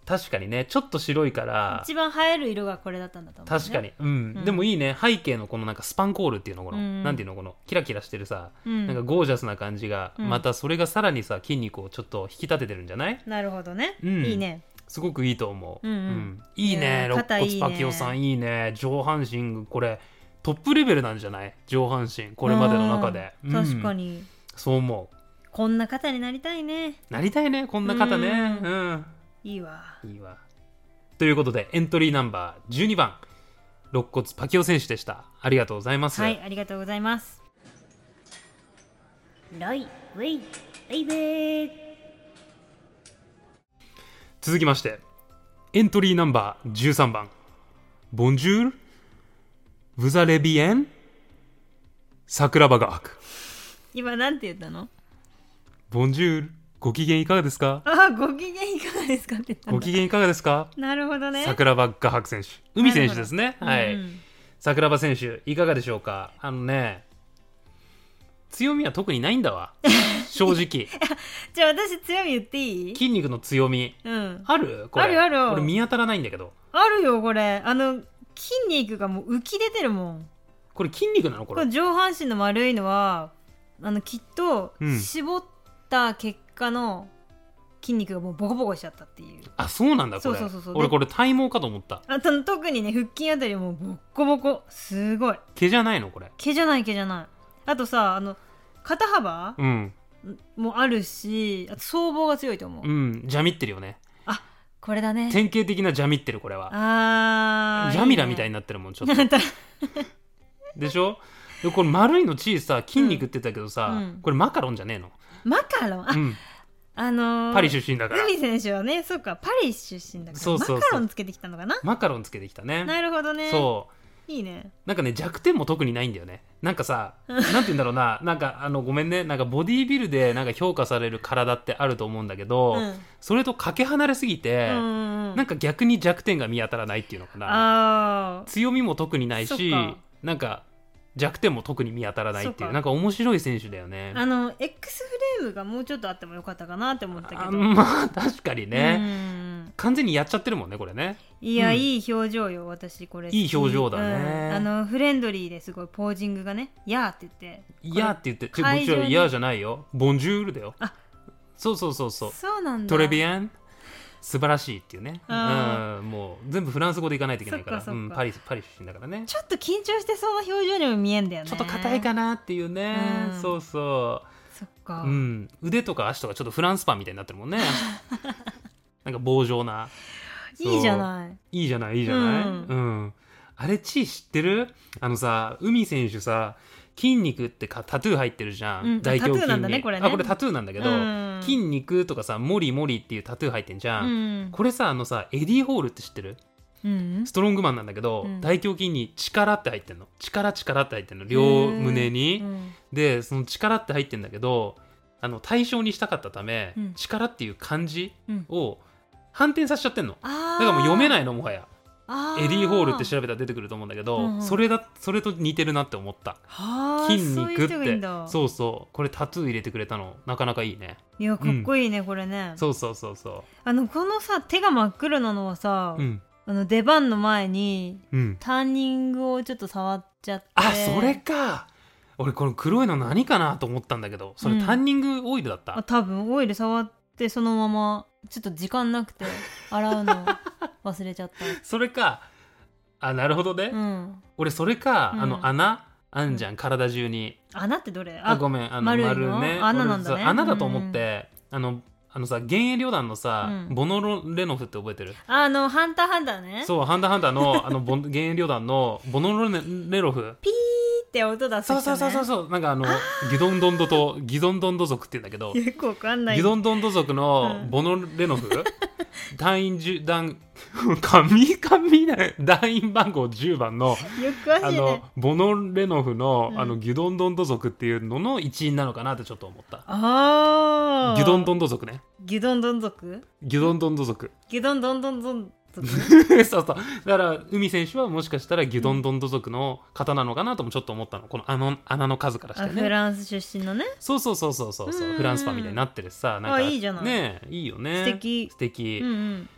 Speaker 1: 確かにねちょっと白いから
Speaker 2: 一番映える色がこれだったんだと思う、ね、
Speaker 1: 確かに、うん、
Speaker 2: うん
Speaker 1: でもいいね背景のこのなんかスパンコールっていうのこの、
Speaker 2: うん
Speaker 1: なんていうのこのキラキラしてるさ
Speaker 2: うん
Speaker 1: なんかゴージャスな感じが、
Speaker 2: うん
Speaker 1: またそれがさらにさ筋肉をちょっと引き立ててるんじゃない
Speaker 2: なるほどね、
Speaker 1: うん
Speaker 2: いいね
Speaker 1: すごくいいと思う、
Speaker 2: うんうん
Speaker 1: いいね
Speaker 2: いやー
Speaker 1: 肋
Speaker 2: 肩い
Speaker 1: 骨
Speaker 2: いね
Speaker 1: パキオさんいいね上半身これトップレベルなんじゃない上半身これまでの中で、
Speaker 2: うん確か
Speaker 1: に
Speaker 2: に
Speaker 1: そう思
Speaker 2: こんな方になりたいね
Speaker 1: うなりたいねこんな方ね
Speaker 2: う
Speaker 1: うん
Speaker 2: いいわ
Speaker 1: いいわということでエントリーナンバー12番肋骨パキオ選手でしたありがとうございます、
Speaker 2: はいありがとうございますライウェイウェイベー
Speaker 1: 続きましてエントリーナンバー13番ボンジュールブザレビエン桜庭学
Speaker 2: 今なんて言ったの
Speaker 1: ボンジュールご機嫌いかがです か
Speaker 2: あーご機嫌いかがですかって言ったん
Speaker 1: ご
Speaker 2: だ
Speaker 1: 機嫌いかがですか
Speaker 2: なるほどね
Speaker 1: 桜庭画伯選手海選手ですね
Speaker 2: な
Speaker 1: は
Speaker 2: るほど
Speaker 1: い、
Speaker 2: うん
Speaker 1: 桜庭選手いかがでしょうかあのね強みは特にないんだ わ正直
Speaker 2: じゃあ私強み言っていい
Speaker 1: 筋肉の強み
Speaker 2: うん
Speaker 1: あるこれ
Speaker 2: あるある
Speaker 1: 俺見当たらないんだけど
Speaker 2: あるよこれあの筋肉がもう浮き出てるもん
Speaker 1: これ筋肉なのこ
Speaker 2: こ
Speaker 1: れ
Speaker 2: の上半身の丸いのはあのきっと
Speaker 1: うん
Speaker 2: 絞った結果の筋肉がもうボコボコしちゃったっていう
Speaker 1: あそうなんだこれ
Speaker 2: そうそうそうそう
Speaker 1: 俺これ体毛かと思った
Speaker 2: あと特にね腹筋あたりもうボッコボコすごい
Speaker 1: 毛じゃないのこれ
Speaker 2: 毛じゃない毛じゃないあとさあの肩幅
Speaker 1: うん
Speaker 2: もあるしあと僧帽が強いと思う、
Speaker 1: うんじゃみってるよね
Speaker 2: これだね
Speaker 1: 典型的なじゃみってるこれは
Speaker 2: あー
Speaker 1: ジャミラみたい
Speaker 2: な
Speaker 1: になってるもんちょっと
Speaker 2: なんか
Speaker 1: でしょでこれ丸いの小さ筋肉って言ってたけどさ、
Speaker 2: うんうん
Speaker 1: これマカロンじゃねえの、
Speaker 2: マカロンあ、
Speaker 1: うん、
Speaker 2: あのー、
Speaker 1: パリ出身だから
Speaker 2: 海選手はねそうかパリ出身だから
Speaker 1: そうそうそう
Speaker 2: マカロンつけてきたのかな
Speaker 1: マカロンつけてきたね
Speaker 2: なるほどね
Speaker 1: そう
Speaker 2: いいね
Speaker 1: なんかね弱点も特にないんだよねなんかさなんて言うんだろうななんかあのごめんねなんかボディービルでなんか評価される体ってあると思うんだけど、
Speaker 2: うん
Speaker 1: それとかけ離れすぎて、
Speaker 2: うん
Speaker 1: なんか逆に弱点が見当たらないっていうのかな
Speaker 2: あ
Speaker 1: 強みも特にない
Speaker 2: そっ
Speaker 1: し
Speaker 2: か
Speaker 1: なんか弱点も特に見当たらないってい
Speaker 2: そ
Speaker 1: うう
Speaker 2: か
Speaker 1: なんか面白い選手だよね
Speaker 2: ーあの X フレームがもうちょっとあってもよかったかなって思ったけ
Speaker 1: あ
Speaker 2: ど
Speaker 1: まあ確かにね、
Speaker 2: うん
Speaker 1: 完全にやっちゃってるもんねこれね
Speaker 2: いや、
Speaker 1: うん
Speaker 2: いい表情よ私これ
Speaker 1: いい表情だね
Speaker 2: うんあのフレンドリーですごいポージングがね「やー」って言って
Speaker 1: 「いや」って言ってちょも
Speaker 2: 会
Speaker 1: ち
Speaker 2: 場に
Speaker 1: ろん「いや」じゃないよ「ボンジュール」だよ
Speaker 2: あ
Speaker 1: そうそうそうそう
Speaker 2: そうなんだ
Speaker 1: トレビ
Speaker 2: ア
Speaker 1: アン素晴らしいっていうね
Speaker 2: あ
Speaker 1: うんもう全部フランス語でいかないといけないから
Speaker 2: そっかそっか
Speaker 1: うん、パリパリ出身だからね
Speaker 2: ちょっと緊張してそうな表情にも見えんだよね
Speaker 1: ちょっと硬いかなっていうね、
Speaker 2: うん
Speaker 1: そうそ
Speaker 2: そっか、
Speaker 1: う、うん、腕とか足とかちょっとフランスパンみたいになってる もんねなんか棒状ない
Speaker 2: いじゃない
Speaker 1: いいじゃないいいじゃない、
Speaker 2: う
Speaker 1: うんんあれチー知ってるあのさ海選手さ筋肉ってかタトゥー入ってるじゃん、
Speaker 2: うん
Speaker 1: 大胸筋
Speaker 2: タトゥーなんだね
Speaker 1: に
Speaker 2: これね
Speaker 1: あこれタトゥーなんだけど、
Speaker 2: うん
Speaker 1: 筋肉とかさモリモリっていうタトゥー入ってんじゃ、
Speaker 2: うんん
Speaker 1: これさあのさエディ・ホールって知ってる
Speaker 2: うん
Speaker 1: ストロングマンなんだけど、
Speaker 2: うん
Speaker 1: 大胸筋に力って入ってんの力力って入ってんの両胸に、
Speaker 2: うん
Speaker 1: でその力って入ってんだけどあの対象にしたかったため、
Speaker 2: うん
Speaker 1: 力っていう漢字
Speaker 2: うん
Speaker 1: を反転させちゃってんの
Speaker 2: あ
Speaker 1: だ
Speaker 2: ー
Speaker 1: からもう読めないのもはや
Speaker 2: あ
Speaker 1: エディ・ホールって調べたら出てくると思うんだけど、
Speaker 2: うんうん
Speaker 1: それだそれと似てるなって思った筋肉って
Speaker 2: 筋そういう人がいいんだ
Speaker 1: そうそうこれタトゥー入れてくれたのなかなかいいね
Speaker 2: いやかっこいいね、これね
Speaker 1: そうそうそうそ
Speaker 2: あのこのさ手が真っ黒なのはさ、
Speaker 1: ううん
Speaker 2: あの出番の前に
Speaker 1: うん
Speaker 2: ターニングをちょっと触っちゃって
Speaker 1: あ、それか俺この黒いの何かなと思ったんだけどそれ
Speaker 2: うん
Speaker 1: タンニングオイルだった、
Speaker 2: あ多分オイル触ってそのままちょっと時間なくて洗うの 忘れちゃっ
Speaker 1: それかあなるほどね、
Speaker 2: たうん
Speaker 1: 俺それか、
Speaker 2: うん
Speaker 1: あの穴あんじゃん体中に
Speaker 2: 穴ってどれ
Speaker 1: あごめんあの
Speaker 2: 丸い
Speaker 1: 丸
Speaker 2: の
Speaker 1: ね
Speaker 2: 穴なんだね
Speaker 1: 俺そう穴だと思って、あのあのさ幻影旅団のさ、
Speaker 2: うん
Speaker 1: ボノロレノフって覚えてる
Speaker 2: あのハンターハンターね
Speaker 1: そう「ハンダーハンターの」あのボン 幻影旅団のボノロレレロフ
Speaker 2: ピーって音出す人、
Speaker 1: そう
Speaker 2: ね、
Speaker 1: そうそうそうそうなんかあのギドンドンドとギドンドンド族って言うんだけど
Speaker 2: よくわか んない
Speaker 1: ギドンドンド族
Speaker 2: う
Speaker 1: の
Speaker 2: ん
Speaker 1: ボノレノフ、 団員10団 神神だね団員番号10番の
Speaker 2: よく詳しいね
Speaker 1: あの ボノレノフの,、
Speaker 2: うん
Speaker 1: あのギュドンドンド族っていうのの一員なのかなってちょっと思った
Speaker 2: あー
Speaker 1: ギュドンドンド族ね
Speaker 2: ギュドンドン族
Speaker 1: ギュドンドンド 族
Speaker 2: ギュドンドンドンドン族
Speaker 1: そうそうだから海選手はもしかしたらギュドンドンド族の方なのかなともちょっと思ったのこの穴の穴の数からし
Speaker 2: あ
Speaker 1: て
Speaker 2: フ
Speaker 1: ね
Speaker 2: ランス出身のね
Speaker 1: そうそうそうそうそう
Speaker 2: うんうん
Speaker 1: フランスパンみたいになってるしさなんか
Speaker 2: あいいじゃない
Speaker 1: ねえいいよね
Speaker 2: 素敵
Speaker 1: 素敵、
Speaker 2: うんうん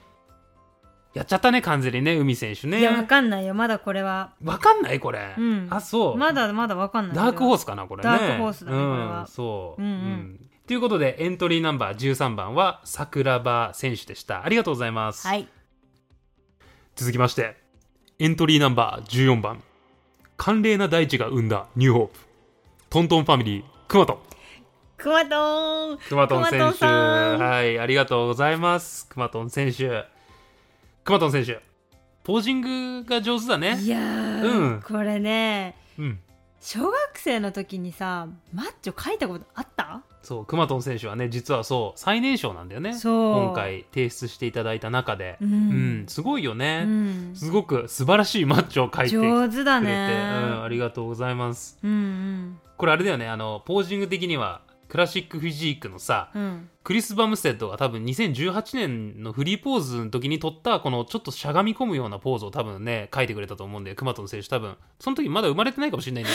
Speaker 1: やっちゃったね完全にね海選手
Speaker 2: いやわ
Speaker 1: ね
Speaker 2: かんないよまだこれは
Speaker 1: わかんないこれ、
Speaker 2: うん
Speaker 1: あそう
Speaker 2: まだまだわかんない
Speaker 1: ダークホー
Speaker 2: ス
Speaker 1: スかなこれね
Speaker 2: ダークホースだねこれは
Speaker 1: うん、そう、
Speaker 2: うんうん
Speaker 1: ということでエントリーナンバー13番は桜庭選手でしたありがとうございます、
Speaker 2: はい
Speaker 3: 続きましてエントリーナンバー14番寒冷な大地が生んだニューホープトントンファミリー熊と
Speaker 2: クマトーン
Speaker 1: くまとん
Speaker 2: くま
Speaker 1: 選
Speaker 2: とん
Speaker 1: 手
Speaker 2: さん
Speaker 1: はいありがとうございますくまとん選手くまとん選手ポージングが上手だね
Speaker 2: いやー、
Speaker 1: うん
Speaker 2: これね
Speaker 1: うん
Speaker 2: 小学生の時にさマッチョ書いたことあった
Speaker 1: そうくまとん選手はね実はそう最年少なんだよね
Speaker 2: そう
Speaker 1: 今回提出していただいた中で
Speaker 2: うん
Speaker 1: うん、すごいよね、
Speaker 2: うん
Speaker 1: すごく素晴らしいマッチョを書いてくれて、
Speaker 2: 上手だ
Speaker 1: う
Speaker 2: ね
Speaker 1: ん、ありがとうございます
Speaker 2: うんうん
Speaker 1: これあれだよねあのポージング的にはクラシックフィジークのさ
Speaker 2: うん
Speaker 1: クリス・バムステッドが多分2018年のフリーポーズの時に撮ったこのちょっとしゃがみ込むようなポーズを多分ね書いてくれたと思うんで熊野選手多分その時まだ生まれてないかもしれないんだ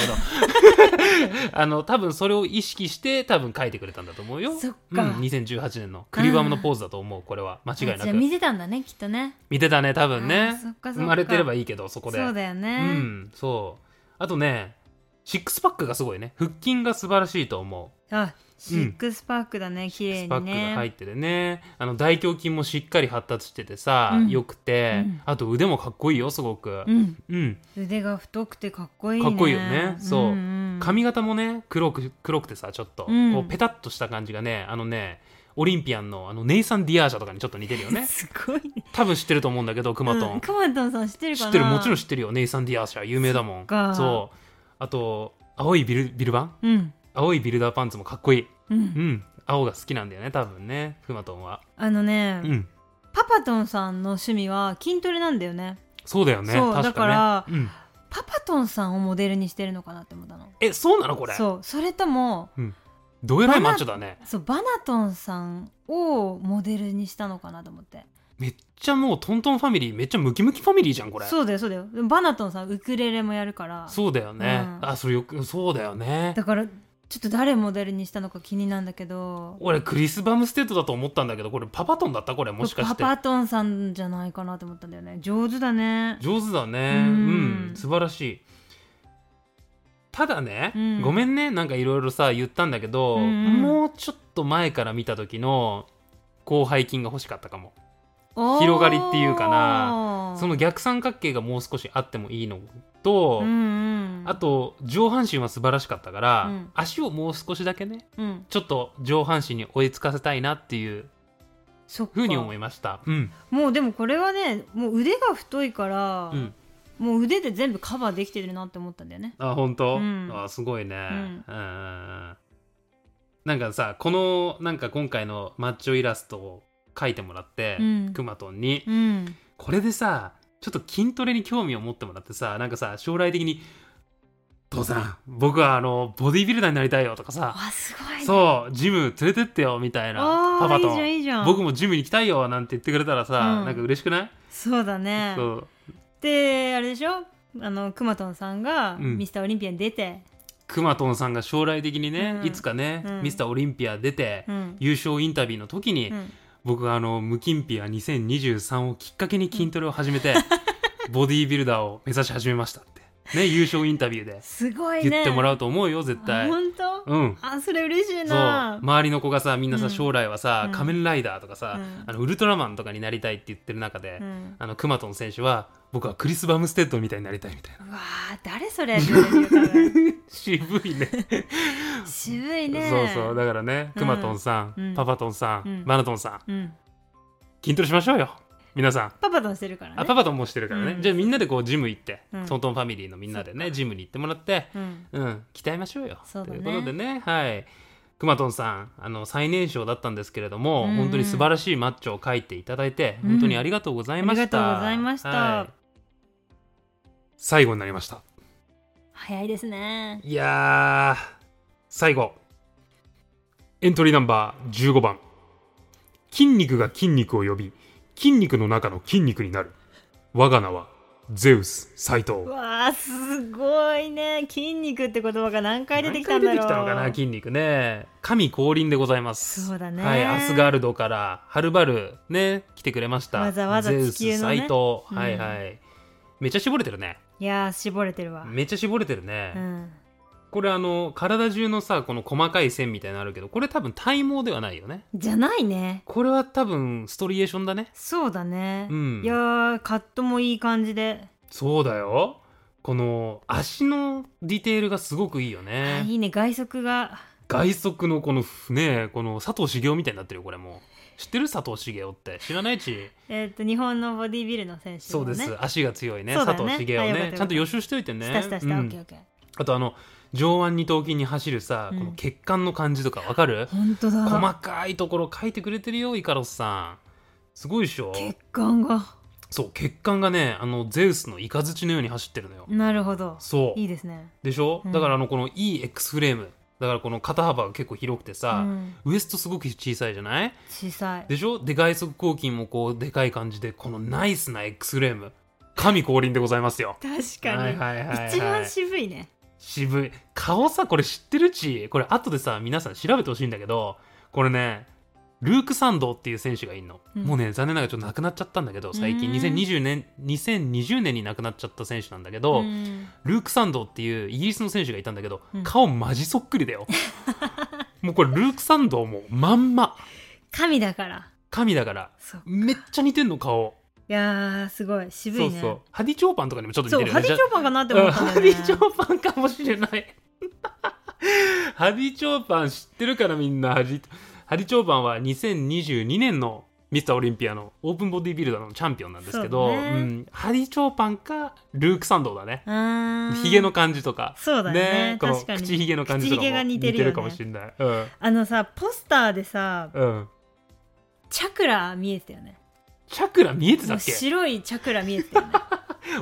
Speaker 1: け どあの多分それを意識して多分書いてくれたんだと思うよ
Speaker 2: そっか
Speaker 1: うん、2018年のクリバムのポーズだと思うこれは間違いな
Speaker 2: あじゃあ見
Speaker 1: く
Speaker 2: てたんだねきっとね
Speaker 1: 見てたね多分
Speaker 2: あー
Speaker 1: ね
Speaker 2: そっかそっか
Speaker 1: 生まれてればいいけどそこで
Speaker 2: そうだよね、
Speaker 1: うん、そう。あとね、シックスパックがすごいね。腹筋が素晴らしいと思う。
Speaker 2: あシックスパックだね、綺
Speaker 1: シッ
Speaker 2: 麗
Speaker 1: クスパ
Speaker 2: に
Speaker 1: ックが入っ
Speaker 2: ね
Speaker 1: ててね。あの、大胸筋もしっかり発達しててさ、
Speaker 2: うん
Speaker 1: よくて、
Speaker 2: うん
Speaker 1: あと腕もかっこいいよ、すごく
Speaker 2: う。ん
Speaker 1: うん。
Speaker 2: 腕が太くてかっこいいね
Speaker 1: かっこいいよねそうん
Speaker 2: ん
Speaker 1: 髪型もね、黒く、黒くてさ、ちょっと、
Speaker 2: うん
Speaker 1: こう、ペタッとした感じがね、あのね、オリンピアンのあのネイサン・ディアーシャとかにちょっと似てる よね。
Speaker 2: すごいね
Speaker 1: 多分知ってると思うんだけど、クマトン。
Speaker 2: うんクマトンさん知ってるか
Speaker 1: 知
Speaker 2: な
Speaker 1: ってる、もちろん知ってるよ。ネイサン・ディアーシャ、有名だも
Speaker 2: っ
Speaker 1: ん。
Speaker 2: か
Speaker 1: そう。あと、青いビル、ビルバン
Speaker 2: うん
Speaker 1: 青いビルダーパンツもかっこいい。
Speaker 2: うん
Speaker 1: うん、青が好きなんだよね、多分ね、くまとんは。
Speaker 2: あのね、
Speaker 1: うん、
Speaker 2: パパトンさんの趣味は筋トレなんだよね
Speaker 1: そうだよね、
Speaker 2: そ
Speaker 1: 確
Speaker 2: う
Speaker 1: かね。
Speaker 2: だから
Speaker 1: うん、
Speaker 2: パパトンさんをモデルにしてるのかなって思ったの
Speaker 1: え、そうなのこれ。
Speaker 2: そうそれとも
Speaker 1: どえらいマッチョだね。
Speaker 2: そうバナトンさんをモデルにしたのかなと思って
Speaker 1: めっちゃもうトントンファミリー、めっちゃムキムキファミリーじゃん、これ。
Speaker 2: そうだよそうだよでもバナトンさんウクレレもやるから
Speaker 1: そうだよね。
Speaker 2: うん
Speaker 1: あ、それよく、そうだよね。
Speaker 2: だからちょっと誰モデルにしたのか気になるんだけど
Speaker 1: 俺、クリス・バムステッドだと思ったんだけど、これパパトンだったこれ、もしかして。
Speaker 2: パパトンさんじゃないかなと思ったんだよね上手だね
Speaker 1: 上手だね。
Speaker 2: う
Speaker 1: うんん、素晴らしい。ただね、
Speaker 2: うん
Speaker 1: ごめんね、なんかいろいろさ、言ったんだけど、
Speaker 2: うんうん
Speaker 1: もうちょっと前から見た時の、広背筋が欲しかったかも。
Speaker 2: おー
Speaker 1: 広がりっていうかなその逆三角形がもう少しあってもいいのと、
Speaker 2: うんうん
Speaker 1: あと上半身は素晴らしかったから、
Speaker 2: うん
Speaker 1: 足をもう少しだけね
Speaker 2: うん
Speaker 1: ちょっと上半身に追いつかせたいなっていう
Speaker 2: そっか
Speaker 1: ふうに思いましたうん、
Speaker 2: もうでもこれはねもう腕が太いから、
Speaker 1: うん
Speaker 2: もう腕で全部カバーできてるなって思ったんだよね
Speaker 1: あ本当、
Speaker 2: うん
Speaker 1: あすごいね、
Speaker 2: ん
Speaker 1: うんうんうんなんかさこのなんか今回のマッチョイラストを描いてもらって、
Speaker 2: うん
Speaker 1: くまとんに、
Speaker 2: うん
Speaker 1: これでさちょっと筋トレに興味を持ってもらってさなんかさ将来的に「父さん僕はあのボディービルダーになりたいよ」とかさ
Speaker 2: あすごい
Speaker 1: 「
Speaker 2: ね
Speaker 1: そうジム連れてってよ」みたいな
Speaker 2: あ
Speaker 1: パ
Speaker 2: ー
Speaker 1: パ
Speaker 2: いい
Speaker 1: と
Speaker 2: じゃんいいじゃん
Speaker 1: 僕もジムに行きたいよ」なんて言ってくれたらさ、
Speaker 2: うん
Speaker 1: なんか嬉しくない、
Speaker 2: そうだね
Speaker 1: そう
Speaker 2: であれでしょあのくまとんさんが
Speaker 1: うん
Speaker 2: ミスターオリンピアに出て、
Speaker 1: くまとんさんが将来的にね、
Speaker 2: うん
Speaker 1: いつかね、
Speaker 2: うん
Speaker 1: ミスターオリンピア出て、
Speaker 2: うん
Speaker 1: 優勝インタビューの時に、
Speaker 2: うん
Speaker 1: 僕があの「ムキンピア2023」をきっかけに筋トレを始めて、 ボディービルダーを目指し始めましたってね優勝インタビューです
Speaker 2: ごいね
Speaker 1: 言ってもらうと思うよ絶対
Speaker 2: 本当、
Speaker 1: うん
Speaker 2: あそれ嬉しい
Speaker 1: そう
Speaker 2: な
Speaker 1: 周りの子がさみんなさ、
Speaker 2: うん
Speaker 1: 将来はさ、
Speaker 2: うん
Speaker 1: 仮面ライダーとかさ、
Speaker 2: うん
Speaker 1: あのウルトラマンとかになりたいって言ってる中で、
Speaker 2: うん
Speaker 1: あのクマトン選手は僕はクリス・バムステッドみたいになりたいみたいな
Speaker 2: うわー誰それって言われるよ多分
Speaker 1: 渋いね
Speaker 2: 渋いね
Speaker 1: そうそうだからねくまとんさん、
Speaker 2: うん
Speaker 1: パパトンさん、
Speaker 2: うん
Speaker 1: マナトンさん
Speaker 2: うん、
Speaker 1: 筋トレしましょうよ皆さん
Speaker 2: パパとしてるからね
Speaker 1: あパパトンもしてるからね、
Speaker 2: うん
Speaker 1: じゃあみんなでこうジム行って、
Speaker 2: うん
Speaker 1: トントンファミリーのみんなで
Speaker 2: そっ
Speaker 1: ね
Speaker 2: か
Speaker 1: ジムに行ってもらって
Speaker 2: うん、
Speaker 1: うん鍛えましょうよ
Speaker 2: そうだ
Speaker 1: とい
Speaker 2: ね
Speaker 1: うことでねはいくまとんさんあの最年少だったんですけれども、
Speaker 2: うん
Speaker 1: 本当に素晴らしいマッチョを書いていただいて、
Speaker 2: うん
Speaker 1: 本当にありがとうございました
Speaker 2: ありがとうございました
Speaker 1: い最後になりました
Speaker 2: 早いですね
Speaker 1: いやー最後エントリーナンバー15番筋肉が筋肉を呼び筋肉の中の筋肉になる我が名はゼウス斎藤
Speaker 2: うわーすごいね筋肉って言葉が何回出てきたんだろ
Speaker 1: 何回
Speaker 2: う
Speaker 1: 出てきたのかな筋肉ね神降臨でございます
Speaker 2: そうだね
Speaker 1: はいアスガルドからはるばるね来てくれました
Speaker 2: わざわざ
Speaker 1: ゼウ
Speaker 2: 地
Speaker 1: ス
Speaker 2: 球の
Speaker 1: 斎
Speaker 2: ね
Speaker 1: 藤、はいはいめっちゃ絞れてるね
Speaker 2: いやー絞れてるわ、
Speaker 1: めっちゃ絞れてるね、
Speaker 2: うん、
Speaker 1: これあの体中のさこの細かい線みたいなのあるけどこれ多分体毛ではないよね
Speaker 2: じゃないね
Speaker 1: これは多分ストリエーションだね
Speaker 2: そうだね、
Speaker 1: うん
Speaker 2: いやーカットもいい感じで、
Speaker 1: そうだよこの足のディテールがすごくいいよ
Speaker 2: あ
Speaker 1: ね
Speaker 2: いいね外側が
Speaker 1: 外側のこのねこの佐藤茂雄みたいになってるよこれもう知ってる佐藤茂雄って知らないち
Speaker 2: えっ、と日本のボディビルの選手、ね、
Speaker 1: そうです足が強いね
Speaker 2: そうだ
Speaker 1: 佐
Speaker 2: よね
Speaker 1: 藤茂雄
Speaker 2: あよかったよ
Speaker 1: ね
Speaker 2: かった
Speaker 1: ちゃんと予習しておいてね
Speaker 2: したしたした、
Speaker 1: う
Speaker 2: オ
Speaker 1: ん
Speaker 2: ッケーオッケー
Speaker 1: あとあの上腕二頭筋に走るさ
Speaker 2: うん
Speaker 1: この血管の感じとかわかる、
Speaker 2: 本当だ
Speaker 1: 細かいところ書いてくれてるよイカロスさんすごいでしょ
Speaker 2: 血管が
Speaker 1: そう血管がねあのゼウスのイカズチのように走ってるのよ、
Speaker 2: なるほど
Speaker 1: そう
Speaker 2: いいですね
Speaker 1: でしょ、
Speaker 2: うん
Speaker 1: だからあのこの EX フレームだからこの肩幅が結構広くて
Speaker 2: う
Speaker 1: さ、
Speaker 2: ん、
Speaker 1: ウエストすごく小さいじゃない
Speaker 2: 小さい
Speaker 1: でしょで外側抗筋もこうでかい感じでこのナイスな X フレーム神降臨でございますよ
Speaker 2: 確かに、
Speaker 1: はいはいはい、はい、
Speaker 2: 一番渋いね
Speaker 1: 渋い顔さこれ知ってるちこれ後でさ皆さん調べてほしいんだけどこれねルーク・サンドーっていう選手がいんの、
Speaker 2: うん
Speaker 1: もうね残念ながらちょっと亡くなっちゃったんだけど最近
Speaker 2: うん
Speaker 1: 2020年2020年に亡くなっちゃった選手なんだけど、
Speaker 2: うん
Speaker 1: ルーク・サンドーっていうイギリスの選手がいたんだけど、
Speaker 2: うん
Speaker 1: 顔マジそっくりだ よもうこれルーク・サンドーもまんま
Speaker 2: 神だから
Speaker 1: 神だから
Speaker 2: そう
Speaker 1: めっちゃ似てんの顔、
Speaker 2: いやーすごい渋いね
Speaker 1: そうそうハディ・チョーパンとかにもちょっと
Speaker 2: そ
Speaker 1: 似
Speaker 2: う
Speaker 1: てるよね
Speaker 2: ハディチョーパンかなって
Speaker 1: う
Speaker 2: 思
Speaker 1: ん
Speaker 2: ったんだ
Speaker 1: ハ
Speaker 2: よ
Speaker 1: デ
Speaker 2: ね
Speaker 1: ィチョーパンかもしれない ハディチョーパン知ってるからみんなハディハディチョーパンは2022年のミスターオリンピアのオープンボディビルダーのチャンピオンなんですけど
Speaker 2: そうだね
Speaker 1: ん、ハディチョーパンかルーク・サンドーだね
Speaker 2: うーん
Speaker 1: ひげの感じとか
Speaker 2: そうだよね
Speaker 1: この
Speaker 2: 確かに
Speaker 1: 口ひげの感じとか
Speaker 2: 口ひげ
Speaker 1: も
Speaker 2: が
Speaker 1: 似
Speaker 2: 似
Speaker 1: て
Speaker 2: て
Speaker 1: る,、
Speaker 2: るよね
Speaker 1: かもしれないうん
Speaker 2: あのさポスターでさ
Speaker 1: うん
Speaker 2: チャクラ見えてたよね
Speaker 1: チャクラ見えて
Speaker 2: も
Speaker 1: た
Speaker 2: う
Speaker 1: っけ
Speaker 2: 白いチャクラ見えてた よね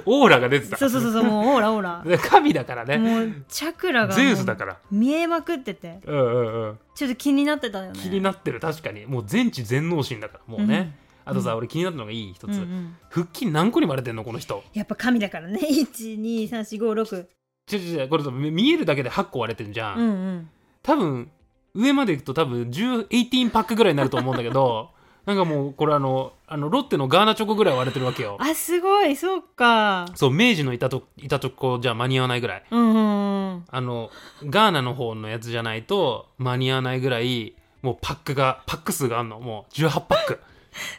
Speaker 1: オーラが出てた
Speaker 2: そうそうそうそうもうオーラオーラ
Speaker 1: で神だからね
Speaker 2: もうチャクラがもう
Speaker 1: ゼウスだから
Speaker 2: 見えまくってて
Speaker 1: うんうんうん
Speaker 2: ちょっと気になってたよね
Speaker 1: 気になってる確かにもう全知全能神だからもうね、あとさ、俺気になったのがいい一つ、
Speaker 2: うんうん
Speaker 1: 腹筋何個に割れてんのこの人
Speaker 2: やっぱ神だからね
Speaker 1: 違
Speaker 2: 12345
Speaker 1: う違う違うこれさみ見えるだけで8個割れてんじゃん、
Speaker 2: うんうん
Speaker 1: 多分上まで行くと多分10 18パックぐらいになると思うんだけ どなんかもうこれあのあのロッテのガーナチョコぐらい割れてるわけよ
Speaker 2: あすごいそうか
Speaker 1: そう明治のいたといたとこじゃ間に合わないぐらい
Speaker 2: うんうんうん
Speaker 1: あのガーナの方のやつじゃないと間に合わないぐらいもうパックがパック数があんのもう18パック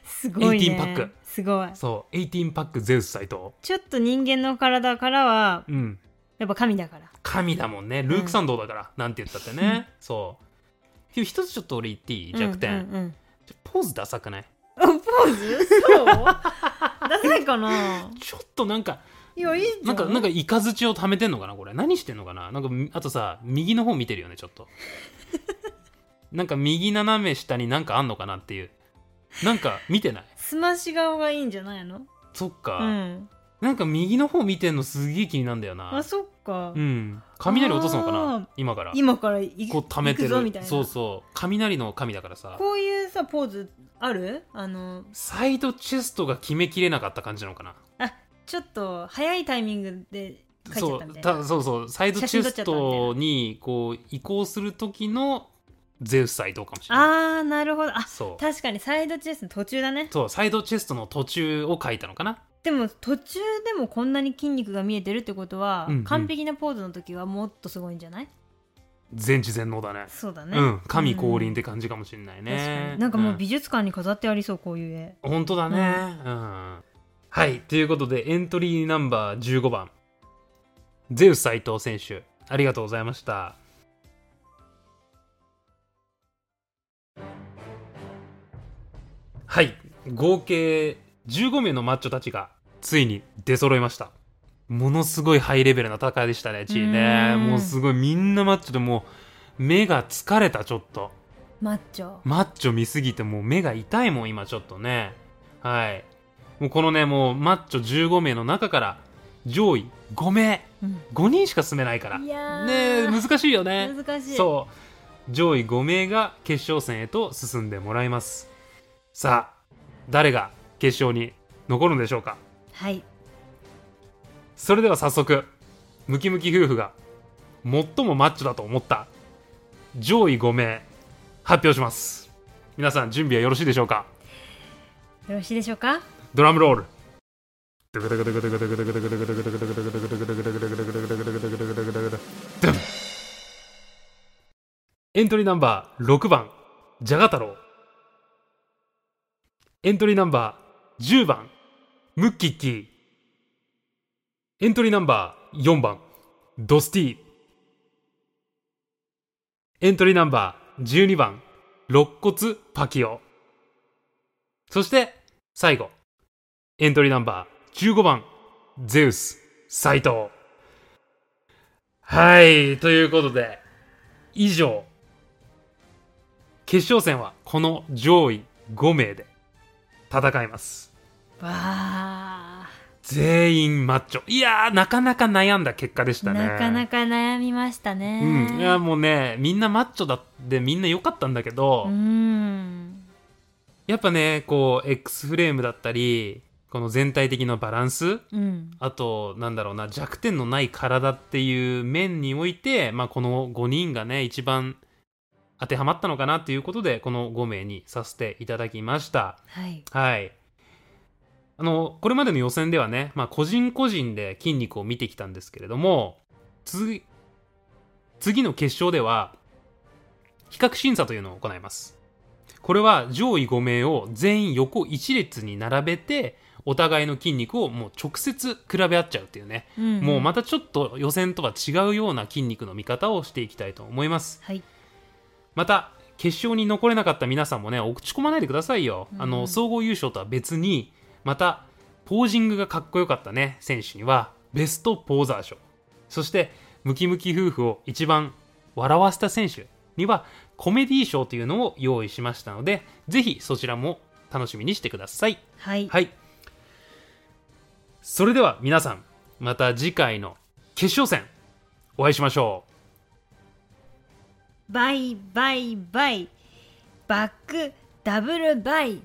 Speaker 2: すごいね
Speaker 1: 18パック
Speaker 2: すごい
Speaker 1: そう18パックゼウス斎藤
Speaker 2: ちょっと人間の体からは
Speaker 1: うん
Speaker 2: やっぱ神だから
Speaker 1: 神だもんねルークサンドだから、なんて言ったってねそうでも一つちょっと俺言っていい弱点、
Speaker 2: うんうんうん
Speaker 1: ポーズダサくない
Speaker 2: あポーズそうダサいかな
Speaker 1: ちょっとなんか
Speaker 2: いやいいじゃん
Speaker 1: なんかなんかイカズチを溜めてんのかなこれ何してんのかななんかあとさ右の方見てるよねちょっ となんか右斜め下になんかあんのかなっていうなんか見てない
Speaker 2: すまし顔がいいんじゃないの
Speaker 1: そっか、
Speaker 2: うん
Speaker 1: なんか右の方見てんのすげえ気になんだよ
Speaker 2: あ
Speaker 1: な
Speaker 2: そっか、
Speaker 1: うん雷落とすのか
Speaker 2: あー
Speaker 1: な今から
Speaker 2: 今からい
Speaker 1: こう溜めて
Speaker 2: 行くぞみたい
Speaker 1: る
Speaker 2: な
Speaker 1: そうそう雷の神だからさ
Speaker 2: こういうさポーズあるあの
Speaker 1: サイドチェストが決めきれなかった感じなのかな
Speaker 2: ちょっと早いタイミングで書いちゃ
Speaker 1: そ
Speaker 2: った
Speaker 1: う
Speaker 2: みたいな
Speaker 1: たそうそうサイドチェストにこう移行する時のゼウス斎藤かもしれない
Speaker 2: あーなるほどあ
Speaker 1: そう
Speaker 2: 確かにサイドチェスの途中だね
Speaker 1: そうサイドチェストの途中を書いたのかな
Speaker 2: でも途中でもこんなに筋肉が見えてるってことは、
Speaker 1: うんうん
Speaker 2: 完璧なポーズの時はもっとすごいんじゃない
Speaker 1: 全知全能だね
Speaker 2: そうだね、
Speaker 1: うん神降臨って
Speaker 2: で
Speaker 1: 感じかもしれない
Speaker 2: ね確か
Speaker 1: ね
Speaker 2: になんかもううん美術館に飾ってありそうこういう絵
Speaker 1: 本当だねうん、はいということでエントリーナンバー15番ゼウス斎藤選手ありがとうございましたはい合計15名のマッチョたちがついに出揃いましたものすごいハイレベルな戦いでしたねチーね
Speaker 2: うん
Speaker 1: もうすごいみんなマッチョでもう目が疲れたちょっと
Speaker 2: マッチョ
Speaker 1: マッチョ見すぎてもう目が痛いもん今ちょっとねはいもうこのねもうマッチョ15名の中から上位5名
Speaker 2: うん
Speaker 1: 5人しか進めないから
Speaker 2: い
Speaker 1: ね
Speaker 2: やー
Speaker 1: え難しいよね
Speaker 2: 難しい
Speaker 1: そう上位5名が決勝戦へと進んでもらいますさあ誰が決勝に残るんでしょうか
Speaker 2: はい
Speaker 1: それでは早速ムキムキ夫婦が最もマッチョだと思った上位5名発表します皆さん準備はよろしいでしょうか
Speaker 2: よろしいでしょうか
Speaker 1: ドラムロールエントリーナンバー6番ジャガ太郎エントリーナンバー10番ムッキッキーエントリーナンバー4番ドスティエントリーナンバー12番肋骨パキオそして最後エントリーナンバー15番、ゼウス、斎藤。はい、ということで、以上、決勝戦はこの上位5名で戦います。
Speaker 2: わ
Speaker 1: 全員マッチョ。いやー、なかなか悩んだ結果でし
Speaker 2: ー
Speaker 1: たね。
Speaker 2: なかなか悩みましたね
Speaker 1: うん、いやもうねみんなマッチョだってみんな良かったんだけど、
Speaker 2: うん
Speaker 1: やっぱねこう X フレームだったりこの全体的なバランス
Speaker 2: うん
Speaker 1: あと、なんだろうな、弱点のない体っていう面において、まあ、この5人がね、一番当てはまったのかなっていうことで、この5名にさせていただきました。
Speaker 2: はい
Speaker 1: はい。あの、これまでの予選ではね、まあ、個人個人で筋肉を見てきたんですけれども、次、次の決勝では、比較審査というのを行います。これは上位5名を全員横一列に並べて、お互いの筋肉をもう直接比べ合っちゃうっていうね、
Speaker 2: うん
Speaker 1: もうまたちょっと予選とは違うような筋肉の見方をしていきたいと思います。
Speaker 2: はい
Speaker 1: また決勝に残れなかった皆さんもね落ち込まないでくださいよ、
Speaker 2: うん
Speaker 1: あの総合優勝とは別にまたポージングがかっこよかったね選手にはベストポーザー賞そしてムキムキ夫婦を一番笑わせた選手にはコメディー賞というのを用意しましたのでぜひそちらも楽しみにしてください
Speaker 2: はい
Speaker 1: はいそれでは皆さんまた次回の決勝戦お会いしましょう
Speaker 2: バイバイバイバックダブルバイ